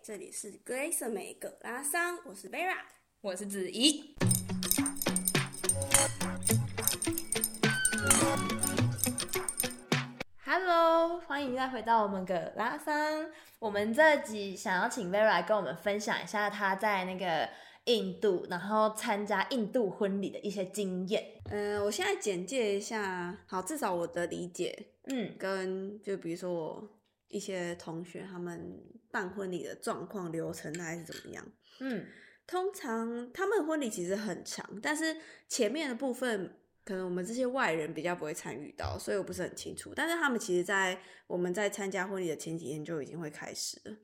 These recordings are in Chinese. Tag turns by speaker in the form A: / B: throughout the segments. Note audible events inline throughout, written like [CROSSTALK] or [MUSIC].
A: 这里是 Grace 美葛拉桑，我是 Vera。
B: 我是子怡。Hello，欢迎再回到我们的拉桑。我们这集想要请 Vera 来跟我们分享一下她在那个印度，然后参加印度婚礼的一些经验。
A: 嗯、我现在简介一下，好，至少我的理解
B: 嗯
A: 跟就比如说我一些同学他们办婚礼的状况、流程大概是怎么样。
B: 嗯
A: 通常他们的婚礼其实很长，但是前面的部分可能我们这些外人比较不会参与到，所以我不是很清楚。但是他们其实在，我们在参加婚礼的前几天就已经会开始了。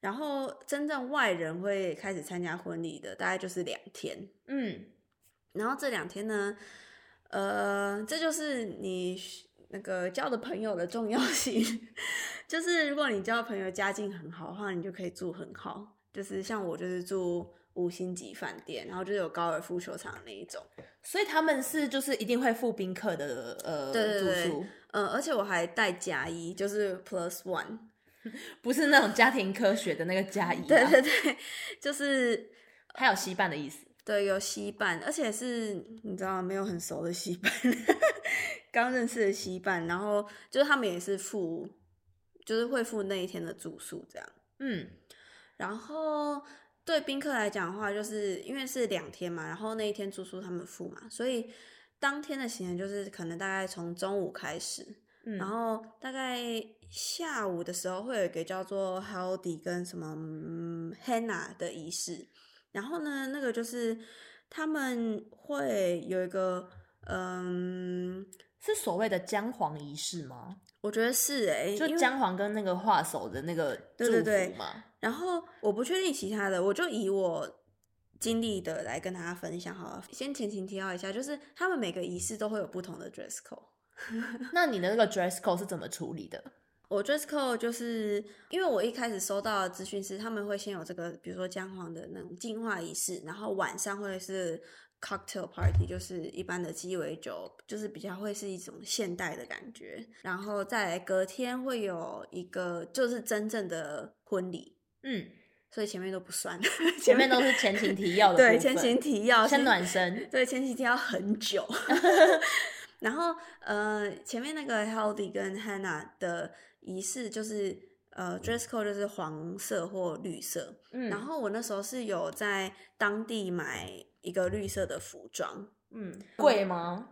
A: 然后真正外人会开始参加婚礼的，大概就是两天。
B: 嗯
A: 然后这两天呢，呃，这就是你那个交的朋友的重要性， [LAUGHS] 就是如果你交的朋友家境很好的话，你就可以住很好，就是像我就是住五星级饭店，然后就是有高尔夫球场那一种，
B: 所以他们是就是一定会付宾客的呃
A: 对对对
B: 住宿，
A: 呃，而且我还带加一，就是 plus one，
B: 不是那种家庭科学的那个加一、啊，
A: 对对对，就是
B: 还有稀饭的意思。
A: 对有西半，而且是你知道没有很熟的西半。 [LAUGHS] 刚认识的西半，然后就是他们也是付，就是会付那一天的住宿这样。
B: 嗯
A: 然后对宾客来讲的话，就是因为是两天嘛，然后那一天住宿他们付嘛，所以当天的行程就是可能大概从中午开始，
B: 嗯，
A: 然后大概下午的时候会有一个叫做 Howdy 跟什么、嗯、Hannah 的仪式，然后呢，那个就是他们会有一个嗯。
B: 是所谓的姜黄仪式吗？
A: 我觉得是诶、
B: 就
A: 因为
B: 姜黄跟那个画手的那个祝
A: 对对对
B: 福嘛。
A: 然后我不确定其他的，我就以我经历的来跟大家分享好了。先前情提要一下，就是他们每个仪式都会有不同的 dress code。
B: [LAUGHS] 那你的那个 dress code 是怎么处理的？
A: 我 dress code 就是因为我一开始收到的资讯是，他们会先有这个，比如说姜黄的那种净化仪式，然后晚上会是 cocktail party，就是一般的鸡尾酒，就是比较会是一种现代的感觉，然后再来隔天会有一个就是真正的婚礼，
B: 嗯，
A: 所以前面都不算， [LAUGHS]
B: 前面都是前情提要的
A: 对，
B: 部分
A: 前情提要
B: 先
A: 先
B: 暖
A: [LAUGHS]
B: 身。
A: 对，前几天要很
B: [LAUGHS]
A: 久。然后呃，前面那个 Healthy 跟 Hannah 的仪式就是呃 dress code 就是黄色或绿色。
B: 嗯，
A: 然后我那时候是有在当地买一个绿色的服装，
B: 嗯，贵吗？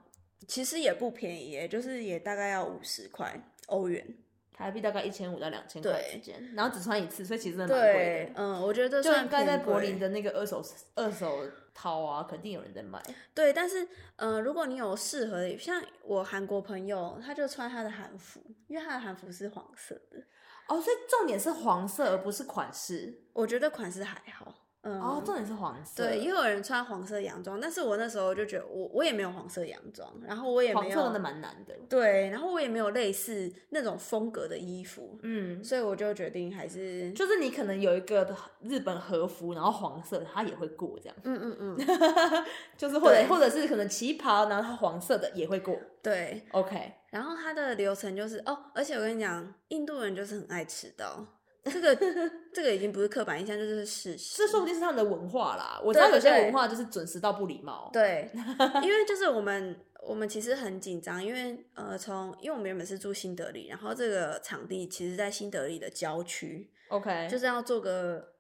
A: 其实也不便宜耶，就是也大概要五十块欧元。
B: 台币大概一千五到两千块
A: 对
B: 之间，然后只穿一次，所以其实真的蛮
A: 对
B: 贵，的。
A: 嗯，我觉得
B: 就
A: 算
B: 应该在
A: 偏
B: 柏
A: 贵
B: 林的那个二手二手淘啊，肯定有人在买。
A: 对，但是呃，如果你有适合的，像我韩国朋友，他就穿他的韩服，因为他的韩服是黄色的，
B: 哦，所以重点是黄色，而不是款式。
A: 我觉得款式还好。嗯，
B: 哦，重点是黄色。
A: 对，也有人穿黄色洋装，但是我那时候就觉得我我也没有黄色洋装，然后我也
B: 黄
A: 没
B: 色
A: 有
B: 真的蛮难的。嗯
A: 对，然后我也没有类似那种风格的衣服，
B: 嗯，
A: 所以我就决定还是
B: 就是你可能有一个日本和服，然后黄色，它也会过这样，
A: 嗯嗯
B: [LAUGHS]
A: 嗯，
B: 就是或者
A: 对
B: 或者是可能旗袍，然后它黄色的也会过。
A: 对。
B: OK，
A: 然后它的流程就是哦，而且我跟你讲，印度人就是很爱迟到，这
B: [LAUGHS]
A: 个这个已经不是刻板印象，就是事实
B: 这。说不定是他们的文化啦。我知
A: 对
B: 道有些
A: 对
B: 文化就是准时到不礼貌。 [LAUGHS]
A: 对，因为就是我们我们其实很紧张，因为呃，从因为我们原本是住新德里，然后这个场地其实在新德里的郊区，
B: ，OK，
A: 就是要坐个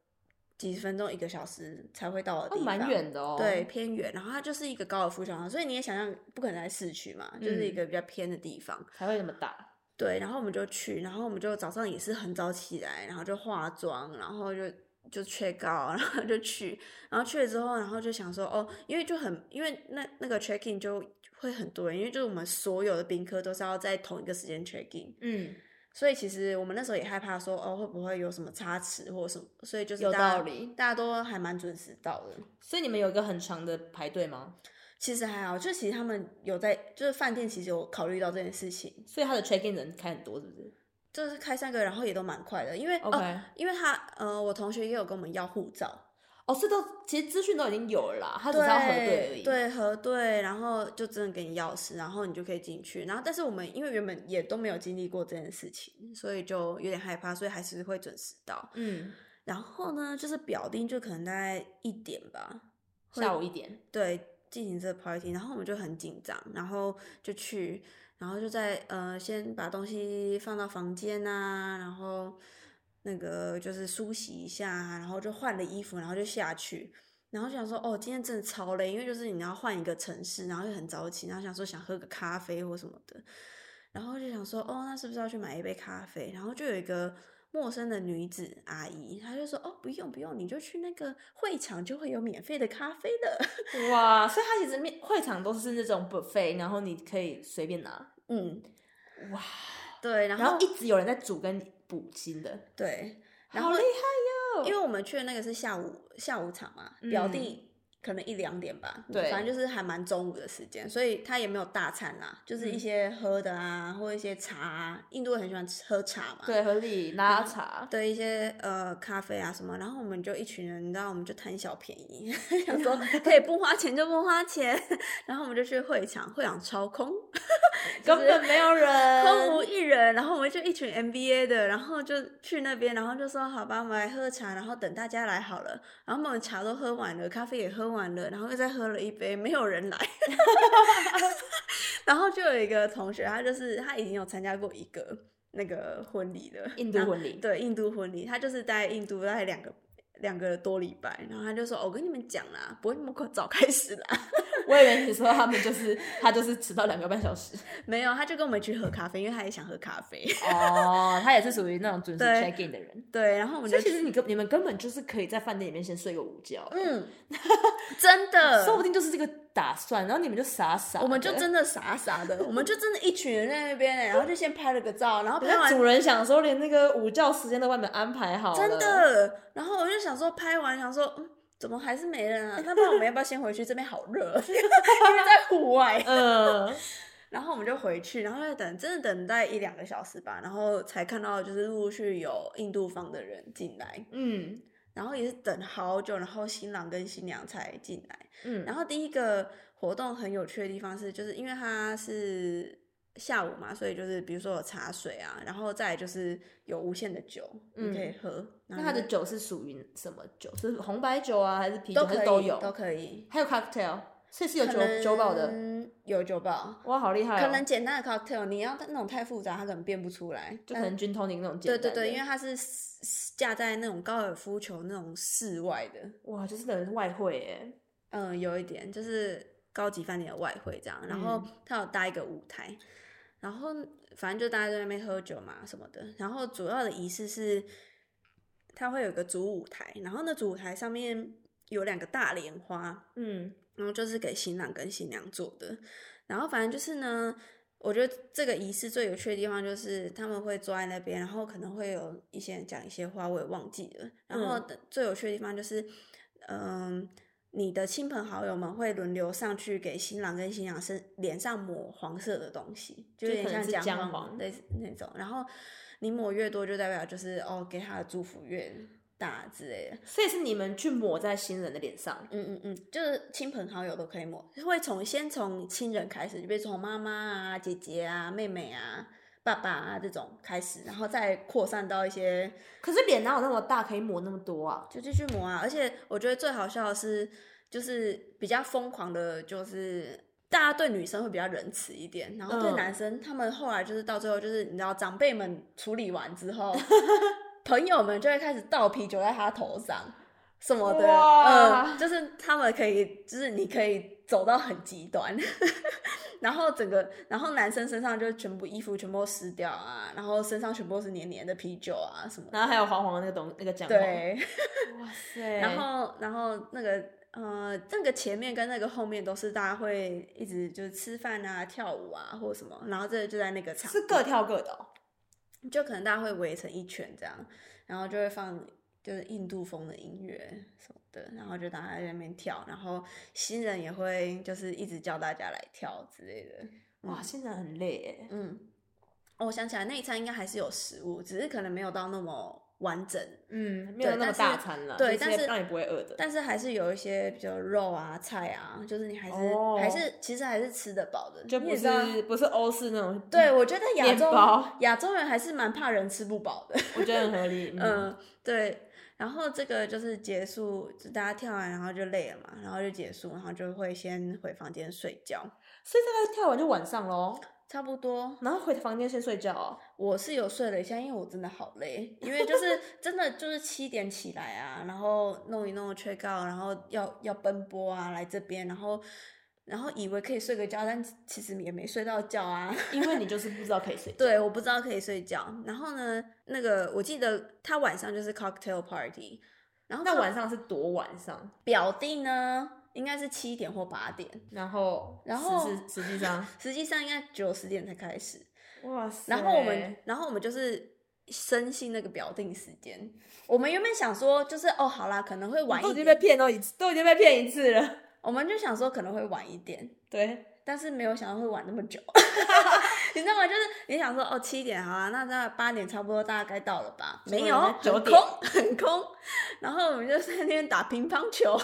A: 几十分钟、一个小时才会到的
B: 哦
A: 地方，
B: 蛮、远的哦。
A: 对，，偏远。然后它就是一个高尔夫球场，所以你也想象不可能在市区嘛，就是一
B: 嗯
A: 个比较偏的地方。
B: 才会那么大。
A: 对，然后我们就去，然后我们就早上也是很早起来，然后就化妆，然后就就 check out，然 [LAUGHS] 后就去，然后去了之后，然后就想说，哦，因为就很，因为那那个 check in 就会很多人，因为就是我们所有的宾客都是要在同一个时间 check in，
B: 嗯，
A: 所以其实我们那时候也害怕说，哦，会不会有什么差池或什么，所以就是
B: 有
A: 大家
B: 道理
A: 大家都还蛮准时到的。
B: 所以你们有一个很长的排队吗？
A: 其实还好，就其实他们有在，就是饭店其实有考虑到这件事情，
B: 所以他的 check in 人开很多，是不是
A: 就是开三个，然后也都蛮快的，因为
B: ？OK，
A: 哦，因为他呃，我同学也有跟我们要护照，
B: 哦，这都其实资讯都已经有了啦，哦他只
A: 对
B: 是要核对而已。，
A: 对核对，然后就真的给你钥匙，然后你就可以进去。然后但是我们因为原本也都没有经历过这件事情，所以就有点害怕，所以还是会准时到。
B: 嗯，
A: 然后呢，就是表定就可能大概一点吧，会
B: 下午一点，
A: 对进行这个 party，然后我们就很紧张，然后就去，然后就在呃先把东西放到房间啊，然后那个就是梳洗一下啊，然后就换了衣服，然后就下去。然后就想说，哦，今天真的超累，因为就是你要换一个城市，然后又很早起，然后想说想喝个咖啡或什么的，然后就想说，哦，那是不是要去买一杯咖啡？然后就有一个陌生的女子阿姨，她就说，哦，不用不用，你就去那个会场就会有免费的咖啡的。
B: 哇！所以它其实面会场都是那种 buffet，然后你可以随便拿，
A: 嗯，
B: 哇！
A: 对，然
B: 然
A: 后
B: 后一直有人在煮跟补新的，
A: 对，然
B: 好
A: 后
B: 厉害！
A: 因为我们去的那个是下午下午场嘛，表
B: 嗯
A: 弟可能一两点吧，
B: 对
A: 反正就是还蛮中午的时间，所以他也没有大餐啦，就是一
B: 嗯
A: 些喝的啊，或一些茶啊，印度人很喜欢吃喝茶嘛，
B: 对，合理拉 [LAUGHS] 茶，
A: 对一些呃咖啡啊什么，然后我们就一群人，你知道，我们就贪小便
B: [LAUGHS]
A: 宜，想说可以不花钱就不花钱，然后我们就去会场，会场超空，
B: 根本没有人，
A: 空无一人，然后我们就一群 MBA 的，然后就去那边，然后就说好吧，我们来喝茶，然后等大家来好了。然后我们茶都喝完了，咖啡也喝完了，然后又再喝了一杯，没有人来。 [LAUGHS] 然后就有一个同学，他就是他已经有参加过一个那个婚礼了，
B: 印度
A: 然后
B: 婚礼
A: 对印度婚礼，他就是在印度大概两个。两个多礼拜，然后他就说：“哦我跟你们讲啦，不会那么快早开始啦。
B: 我以为你说他们就是他就是迟到两个半小时
A: 没有，他就跟我们去喝咖啡，因为他也想喝咖啡。
B: 哦，他也是属于那种准时
A: 对
B: check in 的人。
A: 对，然后我们
B: 所
A: 就
B: 以其实你根你们根本就是可以在饭店里面先睡个午觉，
A: 嗯，
B: [LAUGHS]
A: 真的，
B: 说不定就是这个打算，然后呃你们就傻傻的，
A: 我们就真的傻傻
B: [LAUGHS]
A: 的，我们就真的一群人在那边、欸然后就先拍了个照，然后拍
B: 那
A: 完
B: 主人想说连那个午觉时间都帮你们安排好了，
A: 真的，然后我就想说拍完想说，嗯，怎么还是没人啊？那不然我们要不要先回去？这边好热，
B: [LAUGHS]
A: 因为在户外。
B: 嗯，
A: 然后我们就回去，然后再等，真的等待一两个小时吧，然后才看到就是陆陆续续有印度方的人进来，
B: 嗯
A: 然后也是等好久，然后新郎跟新娘才进来。
B: 嗯，
A: 然后第一个活动很有趣的地方是，就是因为它是下午嘛，所以就是比如说有茶水啊，然后再来就是有无限的酒，你可以喝。然
B: 嗯那
A: 后
B: 他的
A: 你
B: 酒是属于什么酒？是红白酒啊，还是啤酒？
A: 嗯都
B: 还
A: 可
B: 是
A: 以
B: 都有，
A: 都可以，
B: 还有 cocktail，所以是有
A: 可
B: 酒酒保的，
A: 能有酒保。
B: 哇，好厉害、哦！
A: 可能简单的 cocktail，你要那种太复杂，它可能变不出来。
B: 就
A: 但
B: 可能君 tonic 那种简
A: 呃对
B: 单的，
A: 对对，因为它是架在那种高尔夫球那种室外的，
B: 哇，就是等于是外汇耶，
A: 嗯，有一点就是高级饭店的外汇这样，然后
B: 嗯
A: 他有搭一个舞台，然后反正就大家在那边喝酒嘛什么的，然后主要的仪式是他会有个主舞台，然后那主舞台上面有两个大莲花，
B: 嗯，
A: 然后就是给新郎跟新娘做的。然后反正就是呢，我觉得这个仪式最有趣的地方就是他们会坐在那边，然后可能会有一些人讲一些话，我也忘记了。然后
B: 嗯
A: 最有趣的地方就是，嗯。你的亲朋好友们会轮流上去给新郎跟新娘身脸上抹黄色的东西，就有
B: 就
A: 点
B: 可能
A: 像
B: 是姜
A: 姜
B: 黄
A: 类似那种。然后你抹越多，就代表就是哦，给他的祝福越大之类的。
B: 所以是你们去抹在新人的脸上，
A: 嗯嗯嗯，就是亲朋好友都可以抹，会从先从亲人开始，就比如从妈妈啊、姐姐啊、妹妹啊、爸爸啊这种开始，然后再扩散到一些
B: 可是脸哪有那么大可以抹那么多啊？
A: 就继续抹啊。而且我觉得最好笑的是，就是比较疯狂的，就是大家对女生会比较仁慈一点，然后对
B: 嗯
A: 男生，他们后来就是到最后就是你知道长辈们处理完之
B: [LAUGHS]
A: 后，朋友们就会开始倒啤酒在他头上什么的，
B: 哇
A: 嗯，就是他们可以，就是你可以走到很极端。 [LAUGHS] 然后整个，然后男生身上就全部衣服全部都湿掉啊，然后身上全部都是黏黏的啤酒啊什么的。
B: 然后还有黄黄的那个东那个姜黄，
A: 对，
B: 哇塞，
A: 然后，然后那个呃，那个前面跟那个后面都是大家会一直就是吃饭啊、跳舞啊或什么，然后这个就在那个场
B: 是各跳各的哦、
A: 地，就可能大家会围成一圈这样，然后就会放就是印度风的音乐什么的，然后就大家在那边跳，然后新人也会就是一直叫大家来跳之类的，
B: 哇，新人很累耶，
A: 嗯。哦我想起来，那一餐应该还是有食物，只是可能没有到那么完整，
B: 嗯，没有
A: 对
B: 那
A: 但
B: 么
A: 是
B: 大餐了，
A: 对
B: 就
A: 但是
B: 让你不会饿的，
A: 但是还是有一些，比如肉啊、菜啊，就是你还是、
B: 哦
A: 还是其实还是吃得饱的，
B: 就
A: 你也
B: 不
A: 知道
B: 是不是欧式那种，
A: 对，我觉得亚
B: 面
A: 洲
B: 包
A: 亚洲人还是蛮怕人吃不饱的。
B: 我觉得很合理，嗯，
A: 嗯，对。然后这个就是结束，就大家跳完然后就累了嘛，然后就结束，然后就会先回房间睡觉，
B: 所以大概跳完就晚上喽，
A: 差不多。
B: 然后回房间先睡觉哦。
A: 我是有睡了一下，因为我真的好累，因为就是真的就是七点起来啊，然后弄一弄缺告，然后要要奔波啊，来这边，然后然后以为可以睡个觉，但其实也没睡到觉啊。 [LAUGHS]
B: 因为你就是不知道可以睡觉。 [LAUGHS]
A: 对，我不知道可以睡觉。然后呢，那个我记得他晚上就是 cocktail party，然后
B: 那
A: 他
B: 晚上是多晚上？
A: 表弟呢应该是七点或八点，
B: 然后，
A: [LAUGHS] 然后
B: 实实实际
A: [LAUGHS]
B: 上，
A: 实际上应该九十点才开始。
B: 哇塞
A: 然后我们，然后我们就是深信那个表定时间。我们原本想说，就是哦，好啦，可能会晚
B: 都
A: 一
B: 已经被
A: 点，
B: 骗到一次，都已经被骗一次了。
A: 我们就想说可能会晚一点，
B: 对，
A: 但是没有想到会晚那么
B: [LAUGHS]
A: 久。你知道吗？就是你想说哦，七点好啊，那在八点差不多大概到了吧？没有，
B: 结果
A: 很
B: 人家9
A: 空，很空。然后我们就在那边打乒乓球，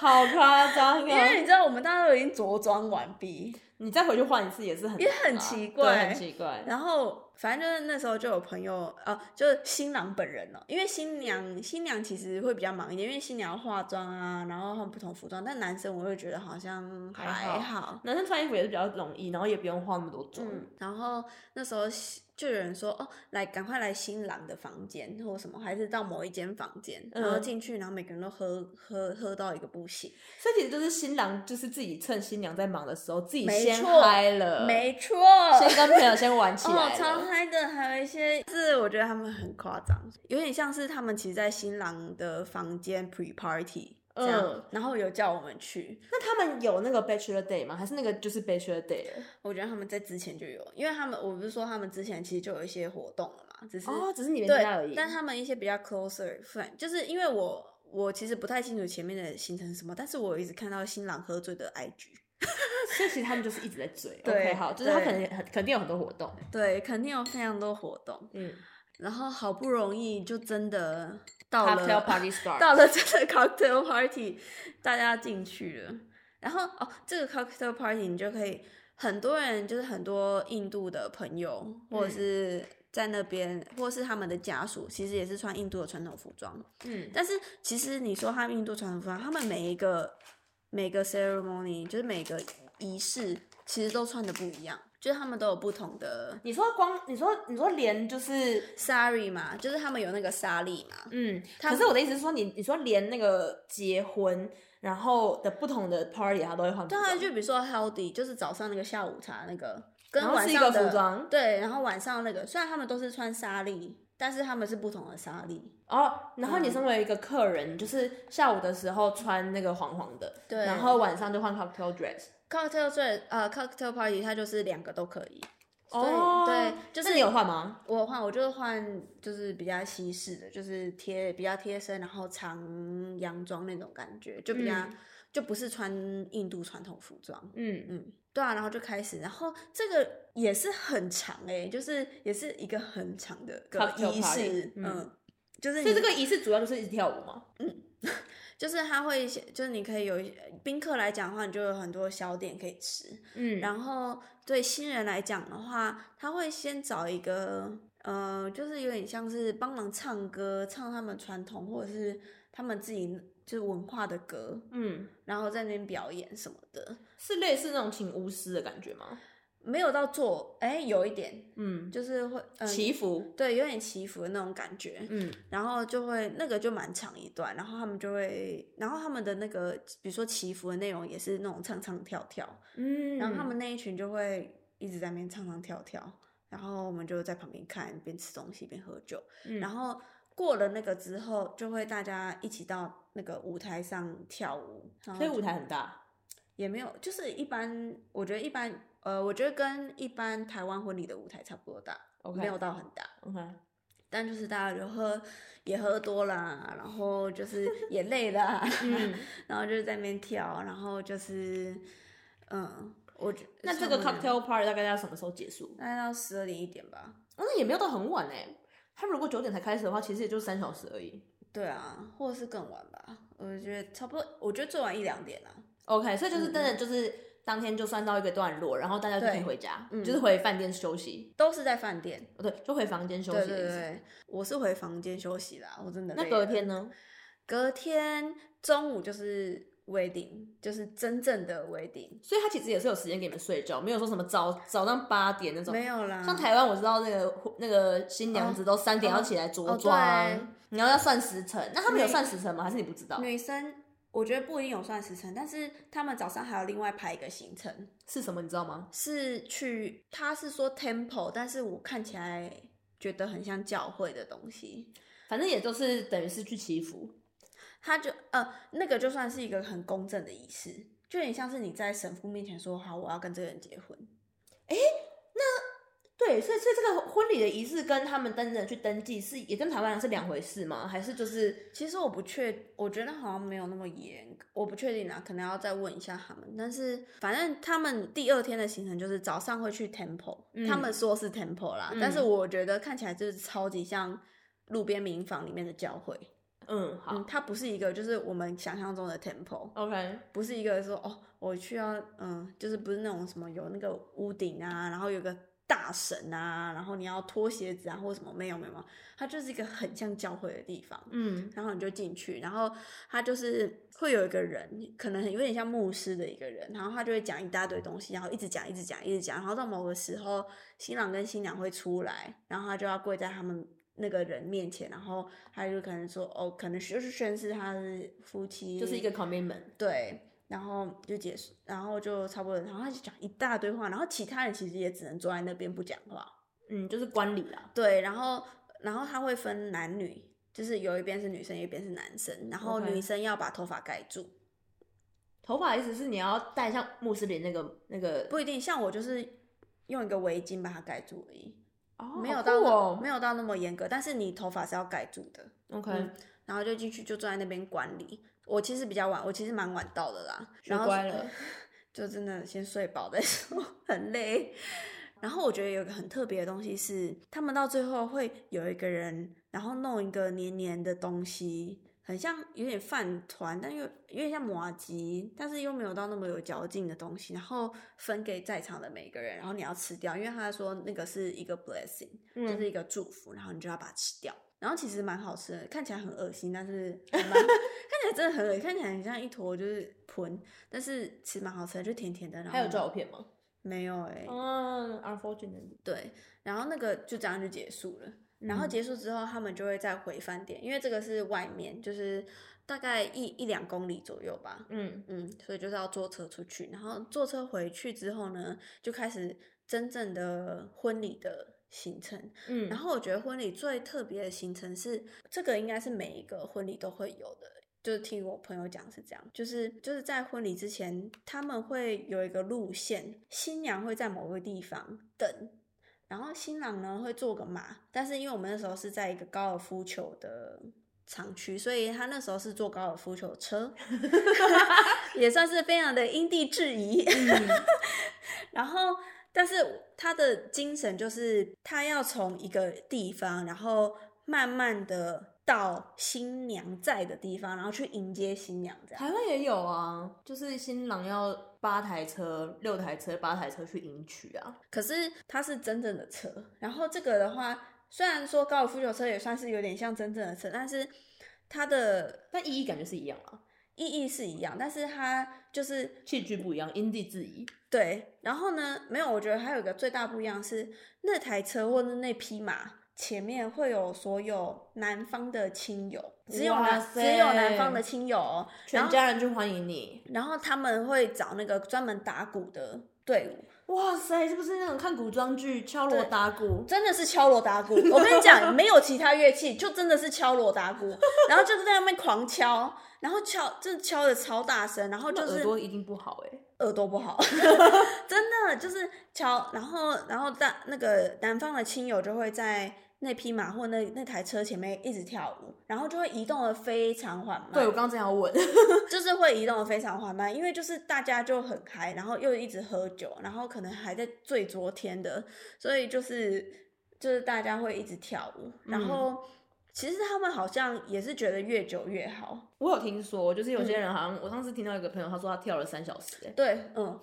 B: 好夸张啊
A: 因为！你知道我们大家都已经着装完毕，
B: 你再回去换一次也是很
A: 也很
B: 难啊
A: 奇
B: 对
A: 怪
B: 很奇怪。
A: 然后反正就是那时候就有朋友，呃，就是新郎本人哦，因为新娘新娘其实会比较忙一点，因为新娘要化妆啊，然后换不同服装。但男生我会觉得好像
B: 还
A: 还
B: 好
A: 好，
B: 男生穿衣服也是比较容易，然后也不用化那么多妆。
A: 嗯。然后那时候新就有人说，哦，来赶快来新郎的房间或什么，还是到某一间房间，然后
B: 嗯
A: 进去，然后每个人都喝喝喝到一个不行。
B: 所以其实就是新郎，就是自己趁新娘在忙的时候，自己
A: 没
B: 先
A: 错
B: 嗨了，
A: 没
B: [LAUGHS]
A: 错，
B: 先跟朋友先玩起
A: 哦
B: 来，
A: 超
B: 了。
A: 嗨的，还有一些是我觉得他们很夸张，有点像是他们其实，在新郎的房间 pre party 这样，
B: 嗯
A: 然后有叫我们去，
B: 那他们有那个 Bachelor Day 吗？还是那个就是 Bachelor Day 了？
A: 我觉得他们在之前就有，因为他们我不是说他们之前其实就有一些活动了嘛，只是、
B: 哦，只是你们家而
A: 对
B: 已，。
A: 但他们一些比较 closer friend，就是因为我我其实不太清楚前面的行程是什么，但是我有一直看到新郎喝醉的 IG。
B: 所以其实他们就是一直在追。
A: [LAUGHS] 对
B: OK，好，就是他
A: 对
B: 肯定很肯定有很多活动。
A: 对，肯定有非常多活动，
B: 嗯
A: 然后好不容易就真的到了
B: ，Cocktail Party Start。
A: 到了这个 cocktail party，大家进去了。然后哦，这个 cocktail party 你就可以，很多人就是很多印度的朋友，或者是在那边，或是他们的家属，其实也是穿印度的传统服装。
B: 嗯，
A: 但是其实你说他们印度传统服装，他们每一个每个 ceremony，就是每个仪式，其实都穿的不一样，就是他们都有不同的
B: 你说光，你说你说连就是。
A: sari 嘛，就是他们有那个纱丽嘛，
B: 嗯，
A: 他
B: 可是我的意思是说你，你说连那个结婚，然后的不同的 party，他都会换服
A: 对
B: 装。
A: 啊，就比如说 healthy，就是早上那个下午茶那个，跟
B: 然后
A: 晚
B: 是一
A: 上
B: 个
A: 的
B: 服装
A: 对，然后晚上那个，虽然他们都是穿纱丽，但是他们是不同的纱丽。
B: 哦，然后你
A: 嗯
B: 身为一个客人，你就是下午的时候穿那个黄黄的，
A: 对
B: 然后晚上就换 cocktail dress。
A: cocktail 最呃 cocktail party 它就是两个都可以，所以
B: 哦，
A: 对就是
B: 那你有换吗？
A: 我换我就换就是比较西式的，就是贴比较贴身，然后长洋装那种感觉，就比较、
B: 嗯
A: 就不是穿印度传统服装。
B: 嗯，
A: 嗯，对啊，然后就开始，然后这个也是很长哎、就是也是一个很长的个
B: Cocktail
A: 仪
B: party，
A: 式，
B: 嗯
A: 嗯，就是
B: 所以
A: 你
B: 这个仪式主要就是一直跳舞嘛。
A: 就是他会写，就是你可以有一宾客来讲的话，你就有很多小点可以吃，
B: 嗯，
A: 然后对新人来讲的话，他会先找一个呃，就是有点像是帮忙唱歌，唱他们传统或者是他们自己就是文化的歌，
B: 嗯，
A: 然后在那边表演什么的，
B: 是类似那种请巫师的感觉吗？
A: 没有到做，哎，有一点
B: 嗯，
A: 就是会、呃、
B: 祈福。
A: 对，有点祈福的那种感觉，
B: 嗯，
A: 然后就会那个就蛮长一段，然后他们就会，然后他们的那个比如说祈福的内容也是那种唱唱跳跳，
B: 嗯，
A: 然后他们那一群就会一直在那边唱唱跳跳，然后我们就在旁边看，边吃东西边喝酒，
B: 嗯，
A: 然后过了那个之后，就会大家一起到那个舞台上跳舞，然
B: 所以
A: 后
B: 舞台很大。
A: 也没有，就是一般，我觉得一般，呃，我觉得跟一般台湾婚礼的舞台差不多大
B: OK
A: 没有到很大。
B: OK，
A: 但就是大家就喝也喝多啦、然后就是也累了、啊，
B: 嗯，
A: [LAUGHS] 然后就是在那边跳，然后就是嗯，我觉
B: 那这个
A: 差不多
B: cocktail party 大概要什么时候结束？
A: 大概到十二点一点吧。
B: 哦，那也没有到很晚哎、他们如果九点才开始的话，其实也就三小时而已。
A: 对啊，或者是更晚吧，我觉得差不多，我觉得最晚一两点啊。
B: 嗯 OK，所以就是真的就是当天就算到一个段落，然后大家就可以
A: 对
B: 回家，
A: 嗯
B: 就是回饭店休息，
A: 都是在饭店。
B: 哦对，就回房间休
A: 对
B: 息的
A: 对
B: 意思。
A: 对，我是回房间休息啦，我真的
B: 那
A: 累
B: 隔
A: 了
B: 天呢？
A: 隔天中午就是 wedding，就是真正的 wedding，
B: 所以他其实也是有时间给你们睡觉，没有说什么早早上八点那种。
A: 没有啦。
B: 像台湾我知道那个那个新娘子都三点要起来着
A: 哦
B: 装，
A: 对
B: 然后要算时辰。那他们有
A: 那
B: 算时辰吗？还是你不知道？
A: 女生，我觉得不一定有算时辰，但是他们早上还有另外排一个行程，
B: 是什么你知道吗？
A: 是去他是说 temple，但是我看起来觉得很像教会的东西。
B: 反正也都是等于是去祈福。
A: 他就呃，那个就算是一个很公正的仪式，就有点像是你在神父面前说好，我要跟这个人结婚。
B: 对，所以所以这个婚礼的仪式跟他们真的去登记是也跟台湾人是两回事吗？还是就是
A: 其实我不确，我觉得好像没有那么严格，我不确定啊，可能要再问一下他们。但是反正他们第二天的行程就是早上会去 temple，、
B: 嗯
A: 他们说是 temple 啦，
B: 嗯
A: 但是我觉得看起来就是超级像路边民房里面的教会。
B: 嗯好
A: 嗯，它不是一个就是我们想象中的 temple，
B: OK，
A: 不是一个说哦，我需要嗯，就是不是那种什么有那个屋顶啊，然后有个大神啊，然后你要脱鞋子啊或什么，没有没有没有，它就是一个很像教会的地方。
B: 嗯
A: 然后你就进去，然后他就是会有一个人，可能有点像牧师的一个人，然后他就会讲一大堆东西，然后一直讲，一直讲，一直讲，然后到某个时候，新郎跟新娘会出来，然后他就要跪在他们那个人面前，然后他就可能说，哦，可能就是宣誓他是夫妻，
B: 就是一个 commitment。
A: 对。然后就结束，然后就差不多，然后他就讲一大堆话，然后其他人其实也只能坐在那边不讲话，
B: 嗯，就是观礼啦。
A: 对，然后然后它会分男女，就是有一边是女生，有一边是男生，然后
B: OK
A: 女生要把头发盖住，
B: 头发的意思是你要戴像穆斯林那个那个，
A: 不一定像我就是用一个围巾把它盖住而已，
B: 哦
A: 没有到那、
B: 好酷
A: 没有到那么严格，但是你头发是要盖住的，
B: 哦 OK，
A: 嗯然后就进去就坐在那边管理。我其实比较晚，我其实蛮晚到的啦，
B: 学
A: 然后
B: 乖了。
A: [LAUGHS] 就真的先睡饱再 [LAUGHS] 说，很累。然后我觉得有一个很特别的东西是，他们到最后会有一个人，然后弄一个黏黏的东西，很像有点饭团，但又有点像麻吉，但是又没有到那么有嚼劲的东西，然后分给在场的每个人，然后你要吃掉，因为他说那个是一个 blessing，、就
B: 嗯，
A: 是一个祝福，然后你就要把它吃掉。然后其实蛮好吃的，看起来很恶心，但
B: [LAUGHS]
A: 是还蛮看起来真的很恶心，看起来很像一坨就是盆，但是其实蛮好吃的，就甜甜的。然后
B: 还有照片吗？
A: 没有哎、
B: 嗯，unfortunately，
A: 对，然后那个就这样就结束了。然
B: 嗯
A: 后结束之后，他们就会再回饭店，因为这个是外面，就是大概一一两公里左右吧。
B: 嗯，
A: 嗯，所以就是要坐车出去，然后坐车回去之后呢，就开始真正的婚礼的行程。
B: 嗯
A: 然
B: 后
A: 后我觉得婚礼最特别的行程是，这个应该是每一个婚礼都会有的，就是听我朋友讲是这样，就是就是在婚礼之前，他们会有一个路线，新娘会在某个地方等，然后新郎呢会坐个马，但是因为我们那时候是在一个高尔夫球的。厂区，所以他那时候是坐高尔夫球车， [LAUGHS] 也算是非常的因地制宜。然后，但是他的精神就是他要从一个地方，然后慢慢的到新娘在的地方，然后去迎接新娘这样。
B: 台湾也有啊，就是新郎要八台车、六台车、八台车去迎娶啊。
A: 可是它是真正的车，然后这个的话，虽然说高尔夫球车也算是有点像真正的车，但是它的
B: 但意义感觉是一样啊，
A: 意义是一样，但是它就是
B: 器具不一样，因地制宜。
A: 对，然后呢，没有，我觉得还有一个最大不一样是，那台车或者那匹马前面会有所有男方的亲友，只有
B: 哇
A: 男只有男
B: 塞
A: 方的亲友哦，然
B: 全
A: 后
B: 家人去欢迎你。
A: 然后他们会找那个专门打鼓的队伍，
B: 哇塞，是不是那种看古装剧敲锣
A: 对
B: 打鼓？
A: 真的是敲锣打鼓。我跟你讲，没有其他乐器，就真的是敲锣打鼓，然后就是在那边狂敲，然后敲，真的敲的超大声，然后
B: 那
A: 就是
B: 耳朵一定不好哎、
A: 耳朵不好，真的就是敲，然后然后大那个南方的亲友就会在那匹马或那那台车前面一直跳舞，然后就会移动的非常缓慢，
B: 对，我刚刚正要问， [LAUGHS]
A: 就是会移动的非常缓慢，因为就是大家就很嗨，然后又一直喝酒，然后可能还在醉昨天的，所以就是就是大家会一直跳舞，然后其实他们好像也是觉得越久越好。
B: 我有听说，就是
A: 嗯
B: 有些人好像，我上次听到一个朋友，他说他跳了三小时、欸，
A: 对，嗯，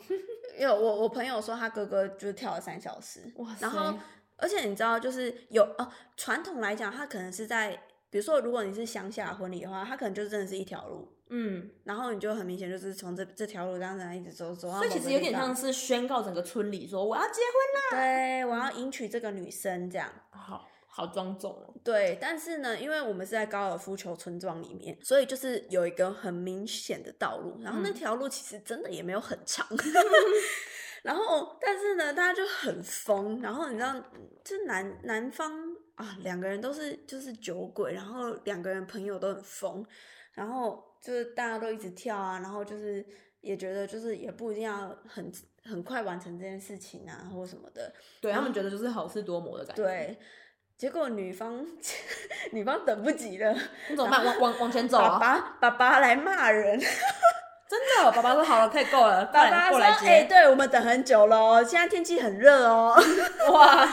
A: 有我我朋友说他哥哥就是跳了三小时，
B: 哇塞
A: 然后而且你知道就是有哦，传统来讲，他可能是在比如说如果你是乡下婚礼的话，他可能就真的是一条路，
B: 嗯，
A: 然后你就很明显就是从这这条路这样子一直走走到某
B: 所
A: 个
B: 以
A: 地方，
B: 其实有点像是宣告整个村里说我要结婚
A: 对，我要迎娶这个女生这样。
B: 啦，好好庄重哦，
A: 对，但是呢，因为我们是在高尔夫球村庄里面，所以就是有一个很明显的道路，然后那
B: 嗯
A: 条路其实真的也没有很长。然后，但是呢，大家就很疯。然后你知道，就南南方啊，两个人都是就是酒鬼，然后两个人朋友都很疯，然后就是大家都一直跳啊，然后就是也觉得就是也不一定要很很快完成这件事情啊，或什么的。
B: 对他们觉得就是好事多磨的感觉，，
A: 啊对，结果女方 [LAUGHS] 女方等不及了，
B: 你怎么办？往往往前走
A: 爸
B: 啊！
A: 爸爸爸来骂人，
B: 真的，爸爸说好了，可以够 [LAUGHS] 了，
A: 爸
B: 快
A: 爸
B: 来过
A: 说
B: 来：“
A: 哎、
B: 接，
A: 对我们等很久了哦，现在天气很热哦。
B: [LAUGHS] 哇，”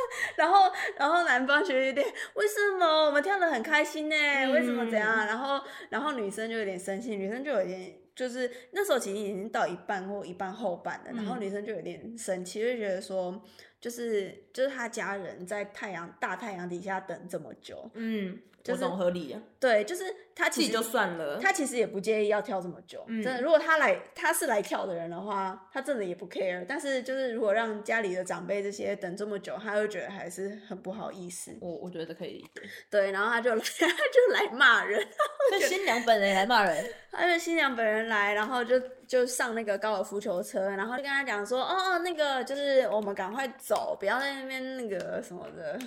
A: [LAUGHS] 然后然后男方觉得有点为什么我们跳的很开心呢？为什么怎
B: 嗯
A: 样？然后然后女生就有点生气，女生就有点。就是那时候其实已经到一半或一半后半了，然后
B: 嗯
A: 女生就有点生气，就觉得说，就是就是她家人在太阳大太阳底下等这么久，
B: 嗯，
A: 就
B: 我
A: 是
B: 懂合理啊，
A: 对，就是她
B: 自
A: 其
B: 己
A: 实
B: 就算了，
A: 他其实也不介意要跳这么久，
B: 嗯
A: 真的。如果他来，他是来跳的人的话，他真的也不 care。但是就是如果让家里的长辈这些等这么久，他会觉得还是很不好意思。
B: 我我觉得可以理解，
A: 对，然后他就来， [LAUGHS] 他就来骂人，
B: 所以新娘本人来骂人，
A: 他就新娘本人来，然后就就上那个高尔夫球车，然后就跟他讲说，哦，哦那个就是我们赶快走，不要在那边那个什么的。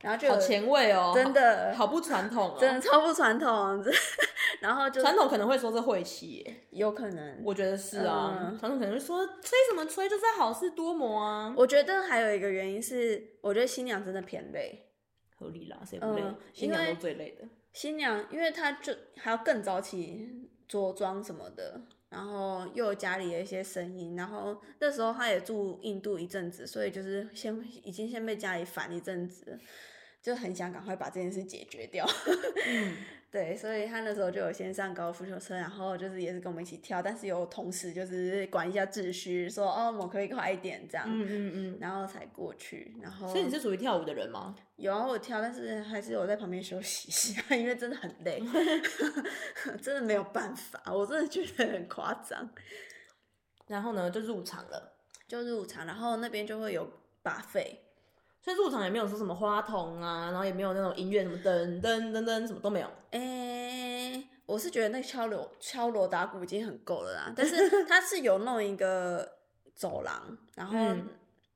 A: 然后就有
B: 好前卫哦，
A: 真的
B: 好不传统哦，
A: 真的超不传统，这 [LAUGHS] 然后就
B: 传统可能会说是晦气耶，
A: 有可能
B: 我觉得是啊，
A: 嗯
B: 传统可能会说吹什么吹，就是好事多磨啊，
A: 我觉得还有一个原因是，我觉得新娘真的偏累。
B: 合理啦，谁不累？
A: 嗯
B: 新娘
A: 因为
B: 都最累的，
A: 新娘因为她就还要更早起着装什么的，然后又有家里的一些声音，然后那时候她也住印度一阵子，所以就是先已经先被家里烦一阵子了，就很想赶快把这件事解决掉。 [LAUGHS]
B: 嗯，
A: 对，所以她那时候就有先上高尔夫球车，然后就是也是跟我们一起跳，但是有同时就是管一下秩序，说哦，我们可以快一点这样，
B: 嗯嗯嗯。
A: 然后才过去。然后
B: 所以你是属于跳舞的人吗？
A: 有啊，我有跳，但是还是有在旁边休息一下， [LAUGHS] 因为真的很累，真的没有办法，我真的觉得很夸张。
B: 然后呢，就入场了。
A: 就入场，然后那边就会有把费，
B: 所以入场也没有说什么花筒啊，然后也没有那种音乐什么噔噔噔噔什么都没有。
A: 诶，我是觉得那敲锣敲锣打鼓已经很够了啦，但是它是有弄一个走廊，然后、
B: 嗯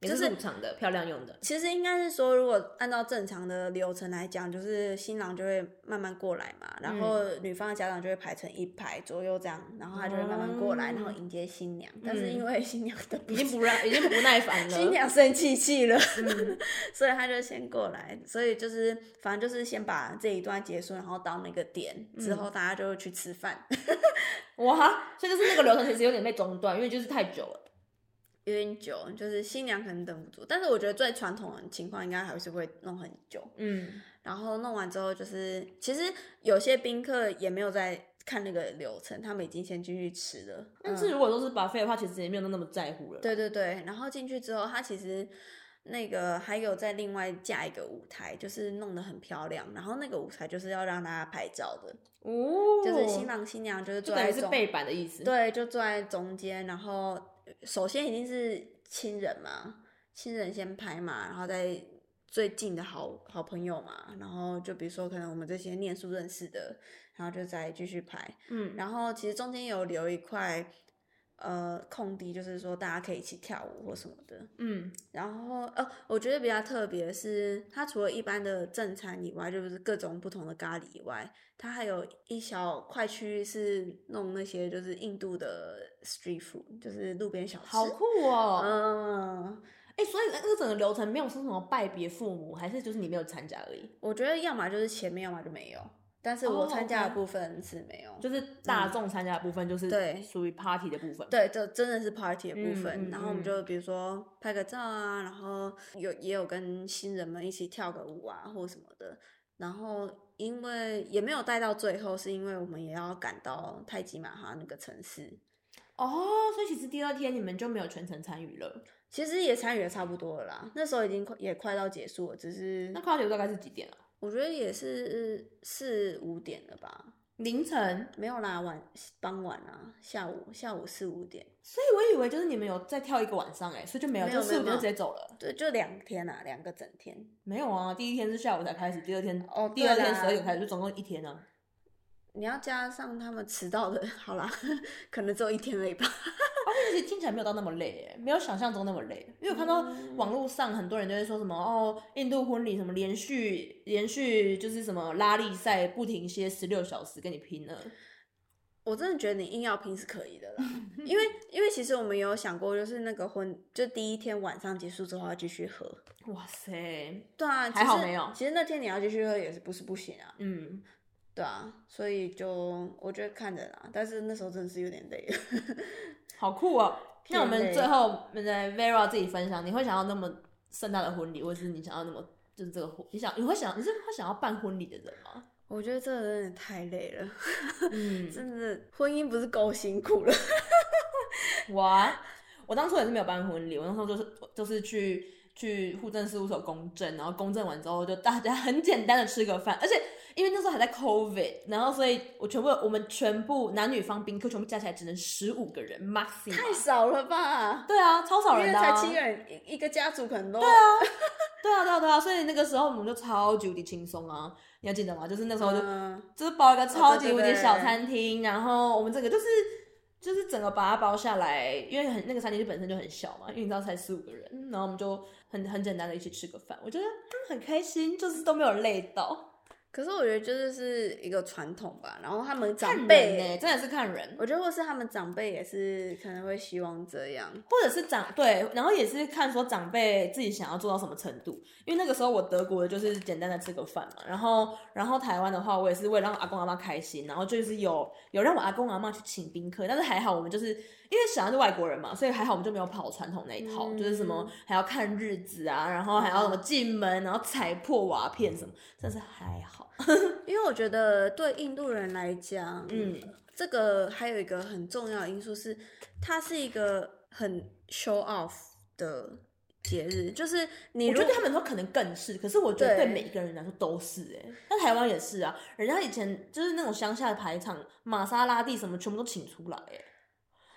B: 也
A: 就是是
B: 入场的，漂亮用的。
A: 其实应该是说，如果按照正常的流程来讲，就是新郎就会慢慢过来嘛，然后
B: 嗯
A: 女方的家长就会排成一排左右这样，然后他就会慢慢过来，
B: 哦嗯
A: 然后迎接新娘。但是因为新娘的
B: 已经不让，已经不耐
A: [LAUGHS]
B: 烦了。
A: 新娘生气气了， [LAUGHS]
B: 嗯，
A: 所以他就先过来，所以就是反正就是先把这一段结束，然后到那个点
B: 嗯
A: 之后，大家就会去吃饭， [LAUGHS]
B: 哇，所以就是那个流程其实有点被中断，因为就是太久了。
A: 有点久，就是新娘可能等不住，但是我觉得最传统的情况应该还是会弄很久。
B: 嗯，
A: 然后弄完之后，就是其实有些宾客也没有在看那个流程，他们已经先进去吃了。
B: 但是
A: 嗯
B: 如果都是 buffet 的话，其实也没有那么在乎了。，
A: 对对对，然后进去之后，他其实那个还有再另外架一个舞台，就是弄得很漂亮。然后那个舞台就是要让大家拍照的，
B: 哦，
A: 就是新郎新娘就是
B: 就
A: 坐
B: 等
A: 在
B: 于是
A: 中，
B: 背板的意思。，
A: 对，就坐在中间。然后首先一定是亲人嘛，亲人先拍嘛，然后再。最近的好好朋友嘛，然后就比如说可能我们这些念书认识的，然后就再继续拍，
B: 嗯，
A: 然后其实中间有留一块呃空地，就是说大家可以一起跳舞或什么的。
B: 嗯，
A: 然后呃，我觉得比较特别的是，它除了一般的正餐以外，就是各种不同的咖喱以外，它还有一小块区域是弄那些就是印度的 street food，就是路边小吃。
B: 好酷哦！
A: 嗯，
B: 哎、所以那个整个流程没有说什么拜别父母，还是就是你没有参加而已，
A: 我觉得要么就是前面，要么就没有。但是我
B: 哦
A: 参加的
B: ，OK
A: 部分是没有，
B: 就是大众参加的部分，就是
A: 嗯对
B: 属于 party 的部分。，
A: 对，这真的是 party 的部
B: 嗯
A: 分。
B: 嗯
A: 然后我们
B: 嗯
A: 就比如说拍个照啊，然后有也有跟新人们一起跳个舞啊，或什么的。然后因为也没有带到最后，是因为我们也要赶到泰姬玛哈那个城市，
B: 哦，所以其实第二天你们就没有全程参与了。
A: 其实也参与的差不多了啦。那时候已经快也快到结束了，只是
B: 那跨节大概是几点啊？
A: 我觉得也是四五点了吧，
B: 凌晨。
A: 没有啦，晚傍晚啊，下午下午四五点，
B: 所以我以为就是你们有再跳一个晚上哎、所以就没有，
A: 没
B: 就
A: 有
B: 四
A: 没
B: 五
A: 有
B: 点就直接走了。
A: 对，就两天啊，两个整天。
B: 没有啊，第一天是下午才开始，第二天
A: 哦
B: 第二
A: 对
B: 天
A: 啦
B: 十二点开始，就总共一天啊。
A: 你要加上他们迟到的， [LAUGHS] 好啦，可能只有一天而已吧。 [LAUGHS]
B: 但是听起来没有到那么累哎、没有想象中那么累。因为我看到
A: 嗯
B: 网络上很多人就会说什么哦，印度婚礼什么连续连续就是什么拉力赛不停歇十六小时跟你拼了。
A: 我真的觉得你硬要拼是可以的
B: [LAUGHS]
A: 啦，因为因为其实我们有想过，就是那个婚，就第一天晚上结束之后要继续喝。
B: 哇塞，
A: 对啊，
B: 还好
A: 其实
B: 没有
A: 其实那天你要继续喝也是不是不行啊？
B: 嗯，
A: 对啊，所以就我觉得看着啦，但是那时候真的是有点累了。 [LAUGHS]
B: 好酷哦、那我
A: 偏
B: 们
A: 累
B: 最后我们来 Vera 自己分享，你会想要那么盛大的婚礼，或者是你想要那么就是这个婚，你想你会想你是会想要办婚礼的人吗？
A: 我觉得这个真的太累了，
B: 嗯，
A: 真的婚姻不是够辛苦了。 [LAUGHS]
B: 哇， [LAUGHS] 我当初也是没有办婚礼，我那时候就是就是去去户政事务所公证，然后公证完之后就大家很简单的吃个饭，而且因为那时候还在 COVID，然后所以我全部我们全部男女方宾客全部加起来只能十五个人 maximum，
A: 太少了吧？
B: 对啊，超少
A: 因为
B: 人的、
A: 才
B: 啊，
A: 七个人，一一个家族可能都对啊，
B: 对啊对啊对啊，所以那个时候我们就超级无敌轻松啊，你还记得吗？就是那时候就、
A: 嗯
B: 就是包一个超级
A: 对
B: 无
A: 对
B: 敌
A: 对
B: 小餐厅，然后我们整个就是就是整个把它包下来，因为很那个餐厅就本身就很小嘛，因为你知道才十五个人，然后我们就很很简单的一起吃个饭，我觉得、嗯、很开心，就是都没有累到，
A: 可是我觉得这就是一个传统吧，然后他们长
B: 看
A: 辈
B: 人呢、真的是看人，
A: 我觉得或是他们长辈也是可能会希望这样，
B: 或者是长对，然后也是看说长辈自己想要做到什么程度，因为那个时候我德国的就是简单的吃个饭嘛，然后然后台湾的话，我也是为了让阿公阿妈开心，然后就是有有让我阿公阿妈去请宾客，但是还好我们就是因为小孩是外国人嘛，所以还好我们就没有跑传统那一套，
A: 嗯
B: 就是什么还要看日子啊，然后还要什么进门，然后踩破瓦片什么，真是还好，
A: 因为我觉得对印度人来讲，
B: 嗯，
A: 这个还有一个很重要的因素是，它是一个很 show off 的节日，就是你
B: 我
A: 如
B: 觉得
A: 果
B: 对他们来说可能更是，可是我觉得对
A: 对
B: 每一个人来说都是哎、欸，那台湾也是啊，人家以前就是那种乡下的排场，玛莎拉蒂什么全部都请出来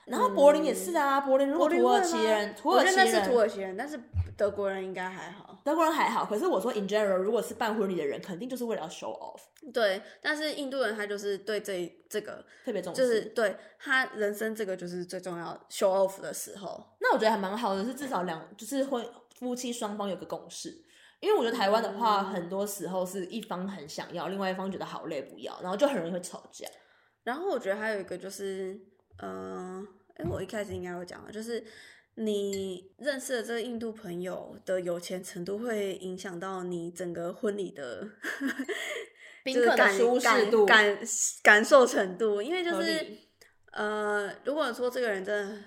B: 哎、然后柏林也是啊，柏林如
A: 嗯
B: 果
A: 柏林
B: 土
A: 会
B: 耳
A: 吗
B: 其人，土
A: 我
B: 耳
A: 觉
B: 其
A: 得那是土
B: 人。
A: 耳其人，但是德国人应该还好，
B: 德国人还好，可是我说 in general，如果是办婚礼的人，肯定就是为了要 show off，
A: 对，但是印度人他就是对这这个
B: 特别重视。
A: 就是对他人生这个就是最重要 show off 的时候，
B: 那我觉得还蛮好的，是至少两就是婚夫妻双方有个共识。因为我觉得台湾的话，
A: 嗯
B: 很多时候是一方很想要，另外一方觉得好累不要，然后就很容易会吵架。
A: 然后我觉得还有一个就是，嗯、呃，哎，我一开始应该有讲了，就是你认识的这个印度朋友的有钱程度，会影响到你整个婚礼的 [LAUGHS]
B: 宾
A: 就是
B: 客的
A: 感
B: 舒适度，
A: 感感感受程度，因为就
B: 合
A: 是
B: 理
A: 呃，如果说这个人真的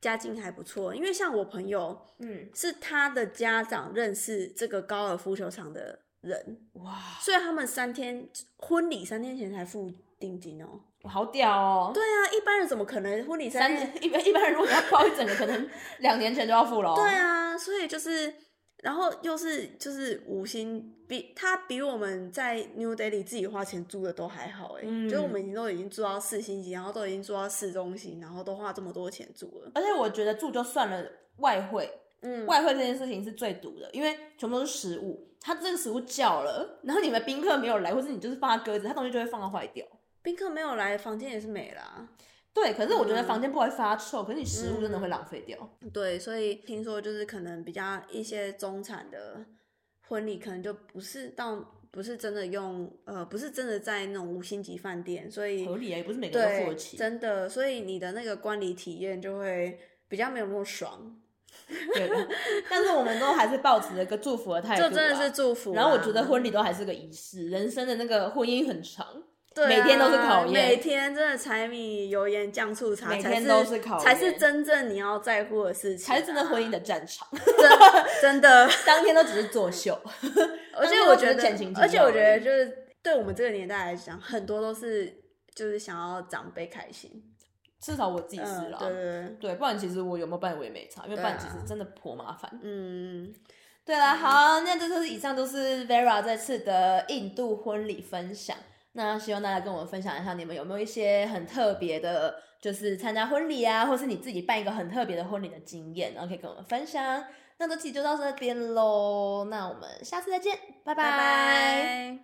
A: 家境还不错，因为像我朋友
B: 嗯，
A: 是他的家长认识这个高尔夫球场的人，
B: 哇，
A: 所以他们三天婚礼三天前才付定金哦。
B: 我好屌哦！
A: 对啊，一般人怎么可能婚礼三
B: 三
A: 天？
B: 一般一般人如果要包一整个，
A: [LAUGHS]
B: 可能两年前就要付了、哦。
A: 对，啊，所以就是，然后又是就是五星比他比我们在 New Delhi 自己花钱租的都还好哎、欸，
B: 嗯
A: 就是我们已经都已经住到四星级，然后都已经住到市中心，然后都花这么多钱住了，
B: 而且我觉得住就算了，外汇
A: 嗯，
B: 外汇这件事情是最毒的，因为全部都是食物，他这个食物叫了，然后你们宾客没有来，或者你就是放他鸽子，他东西就会放到坏掉。
A: 宾客没有来，房间也是没啦，
B: 对，可是我觉得
A: 嗯
B: 房间不会发臭，可是你食物真的会浪费掉。
A: 对，所以听说就是可能比较一些中产的婚礼，可能就不是到不是真的用呃，不是真的在那种五星级饭店，所以
B: 合理啊，也不是每个人都付
A: 对
B: 得，起。
A: 真的，所以你的那个观礼体验就会比较没有那么爽，
B: 对的，但是我们都还是抱持一个祝福的态度
A: 就
B: 啦。
A: 真的是啊祝福啦。
B: 然后我觉得婚礼都还是个仪式，人生的那个婚姻很长，
A: 对啊
B: 每天都是考验
A: 每天真的柴米油盐酱醋茶，
B: 每
A: 才
B: 天
A: 是
B: 都是考
A: 才是
B: 验
A: 真正你要在乎的事情啊，
B: 才是真的婚姻的战场。 [LAUGHS]
A: 真真的。
B: 当天都只是作秀，
A: 而且
B: 当天
A: 我
B: 都只
A: 觉
B: 是
A: 得
B: 前情，提
A: 而且
B: 要
A: 我觉
B: 而
A: 得
B: 已
A: 就是对我们这个年代来讲，很多都是就是想要长辈开心，
B: [LAUGHS] 至少我自己是
A: 嗯，
B: 啦。
A: 对对对，
B: 对，不然其实我有没有办我也没差，因为
A: 对啊
B: 办其实真的颇麻烦。
A: 嗯，
B: 对啦，好，那这就是以上都是 Vera 这次的印度婚礼分享。那希望大家跟我们分享一下，你们有没有一些很特别的，就是参加婚礼啊，或是你自己办一个很特别的婚礼的经验，然后可以跟我们分享。那这期就到这边喽，那我们下次再见，
A: 拜
B: 拜拜
A: 拜。